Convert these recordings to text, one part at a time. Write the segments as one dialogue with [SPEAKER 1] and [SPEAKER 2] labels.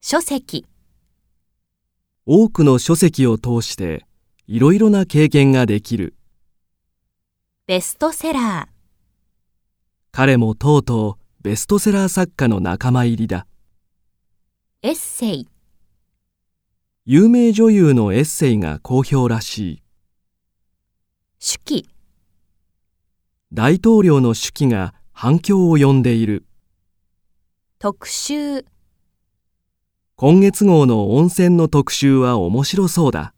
[SPEAKER 1] 書籍、
[SPEAKER 2] 多くの書籍を通していろいろな経験ができる。
[SPEAKER 1] ベストセラー、
[SPEAKER 2] 彼もとうとうベストセラー作家の仲間入りだ。
[SPEAKER 1] エッセイ、
[SPEAKER 2] 有名女優のエッセイが好評らしい。
[SPEAKER 1] 手記、
[SPEAKER 2] 大統領の手記が反響を呼んでいる。
[SPEAKER 1] 特集、
[SPEAKER 2] 今月号の温泉の特集は面白そうだ。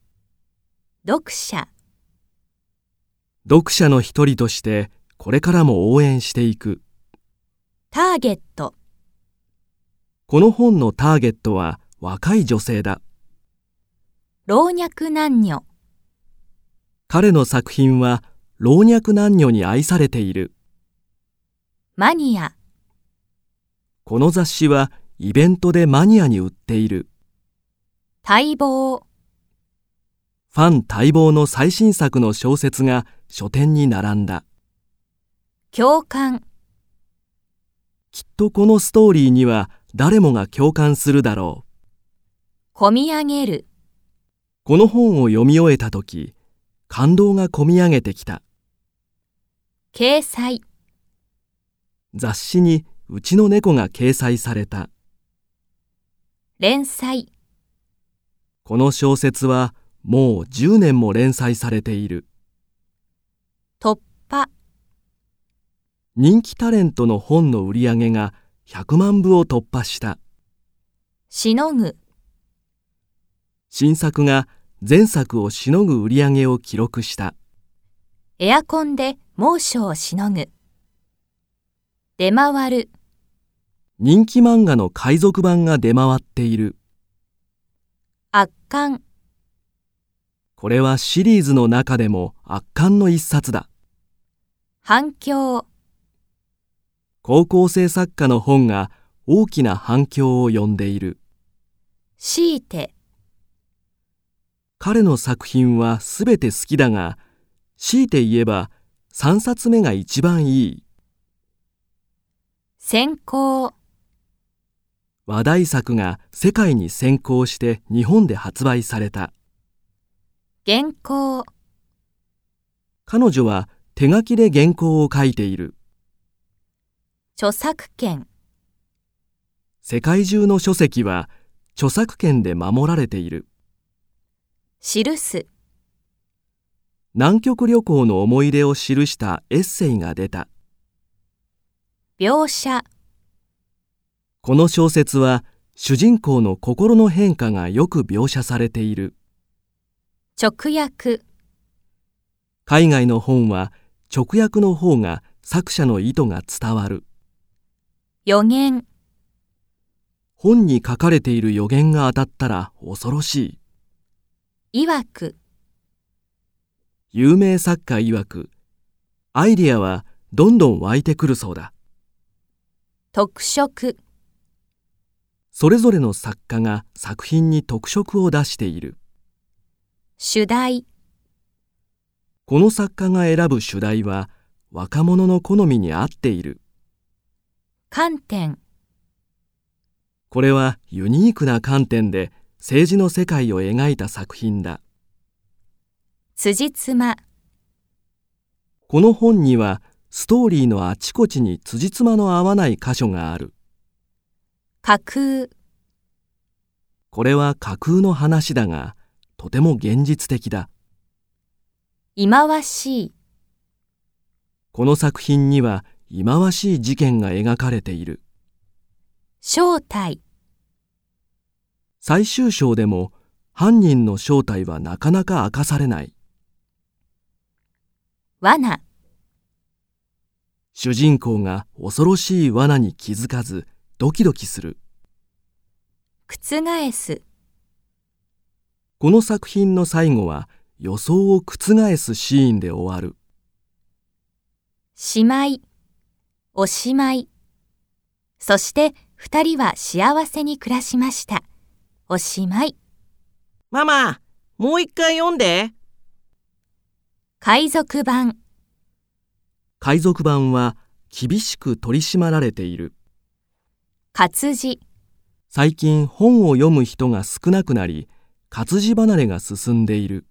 [SPEAKER 1] 読者、
[SPEAKER 2] 読者の一人としてこれからも応援していく。
[SPEAKER 1] ターゲット、
[SPEAKER 2] この本のターゲットは若い女性だ。
[SPEAKER 1] 老若男女、
[SPEAKER 2] 彼の作品は老若男女に愛されている。
[SPEAKER 1] マニア、
[SPEAKER 2] この雑誌はイベントでマニアに売っている。
[SPEAKER 1] 待望、
[SPEAKER 2] ファン待望の最新作の小説が書店に並んだ。
[SPEAKER 1] 共感、
[SPEAKER 2] きっとこのストーリーには誰もが共感するだろう。
[SPEAKER 1] 込み上げる、
[SPEAKER 2] この本を読み終えた時、感動がこみ上げてきた。
[SPEAKER 1] 掲載、
[SPEAKER 2] 雑誌にうちの猫が掲載された。
[SPEAKER 1] 連載、
[SPEAKER 2] この小説はもう10年も連載されている。
[SPEAKER 1] 突破、
[SPEAKER 2] 人気タレントの本の売り上げが100万部を突破した。
[SPEAKER 1] しのぐ、
[SPEAKER 2] 新作が前作をしのぐ売り上げを記録した。
[SPEAKER 1] エアコンで猛暑をしのぐ。出回る、
[SPEAKER 2] 人気漫画の海賊版が出回っている。
[SPEAKER 1] 圧巻、
[SPEAKER 2] これはシリーズの中でも圧巻の一冊だ。
[SPEAKER 1] 反響、
[SPEAKER 2] 高校生作家の本が大きな反響を呼んでいる。
[SPEAKER 1] 強いて、
[SPEAKER 2] 彼の作品は全て好きだが、強いて言えば3冊目が一番いい。
[SPEAKER 1] 先行、
[SPEAKER 2] 話題作が世界に先行して日本で発売された。
[SPEAKER 1] 原稿、
[SPEAKER 2] 彼女は手書きで原稿を書いている。
[SPEAKER 1] 著作権、
[SPEAKER 2] 世界中の書籍は著作権で守られている。
[SPEAKER 1] 記す、
[SPEAKER 2] 南極旅行の思い出を記したエッセイが出た。
[SPEAKER 1] 描写、
[SPEAKER 2] この小説は主人公の心の変化がよく描写されている。
[SPEAKER 1] 直訳、
[SPEAKER 2] 海外の本は直訳の方が作者の意図が伝わる。
[SPEAKER 1] 予言、
[SPEAKER 2] 本に書かれている予言が当たったら恐ろしい。
[SPEAKER 1] 曰く、
[SPEAKER 2] 有名作家曰く、アイディアはどんどん湧いてくるそうだ。
[SPEAKER 1] 特色、
[SPEAKER 2] それぞれの作家が作品に特色を出している。
[SPEAKER 1] 主題、
[SPEAKER 2] この作家が選ぶ主題は若者の好みに合っている。
[SPEAKER 1] 観点、
[SPEAKER 2] これはユニークな観点で政治の世界を描いた作品だ。
[SPEAKER 1] 辻褄、
[SPEAKER 2] この本にはストーリーのあちこちに辻褄の合わない箇所がある。
[SPEAKER 1] 架空、
[SPEAKER 2] これは架空の話だが、とても現実的だ。
[SPEAKER 1] 忌まわしい、
[SPEAKER 2] この作品には忌まわしい事件が描かれている。
[SPEAKER 1] 正体、
[SPEAKER 2] 最終章でも犯人の正体はなかなか明かされない。
[SPEAKER 1] 罠、
[SPEAKER 2] 主人公が恐ろしい罠に気づかずドキドキする。
[SPEAKER 1] 覆す、
[SPEAKER 2] この作品の最後は予想を覆すシーンで終わる。
[SPEAKER 1] しまい、おしまい。そして二人は幸せに暮らしました。おしまい、
[SPEAKER 3] ママ、もう一回読んで。
[SPEAKER 1] 海賊版、
[SPEAKER 2] 海賊版は厳しく取り締まられている。
[SPEAKER 1] 活字、
[SPEAKER 2] 最近本を読む人が少なくなり活字離れが進んでいる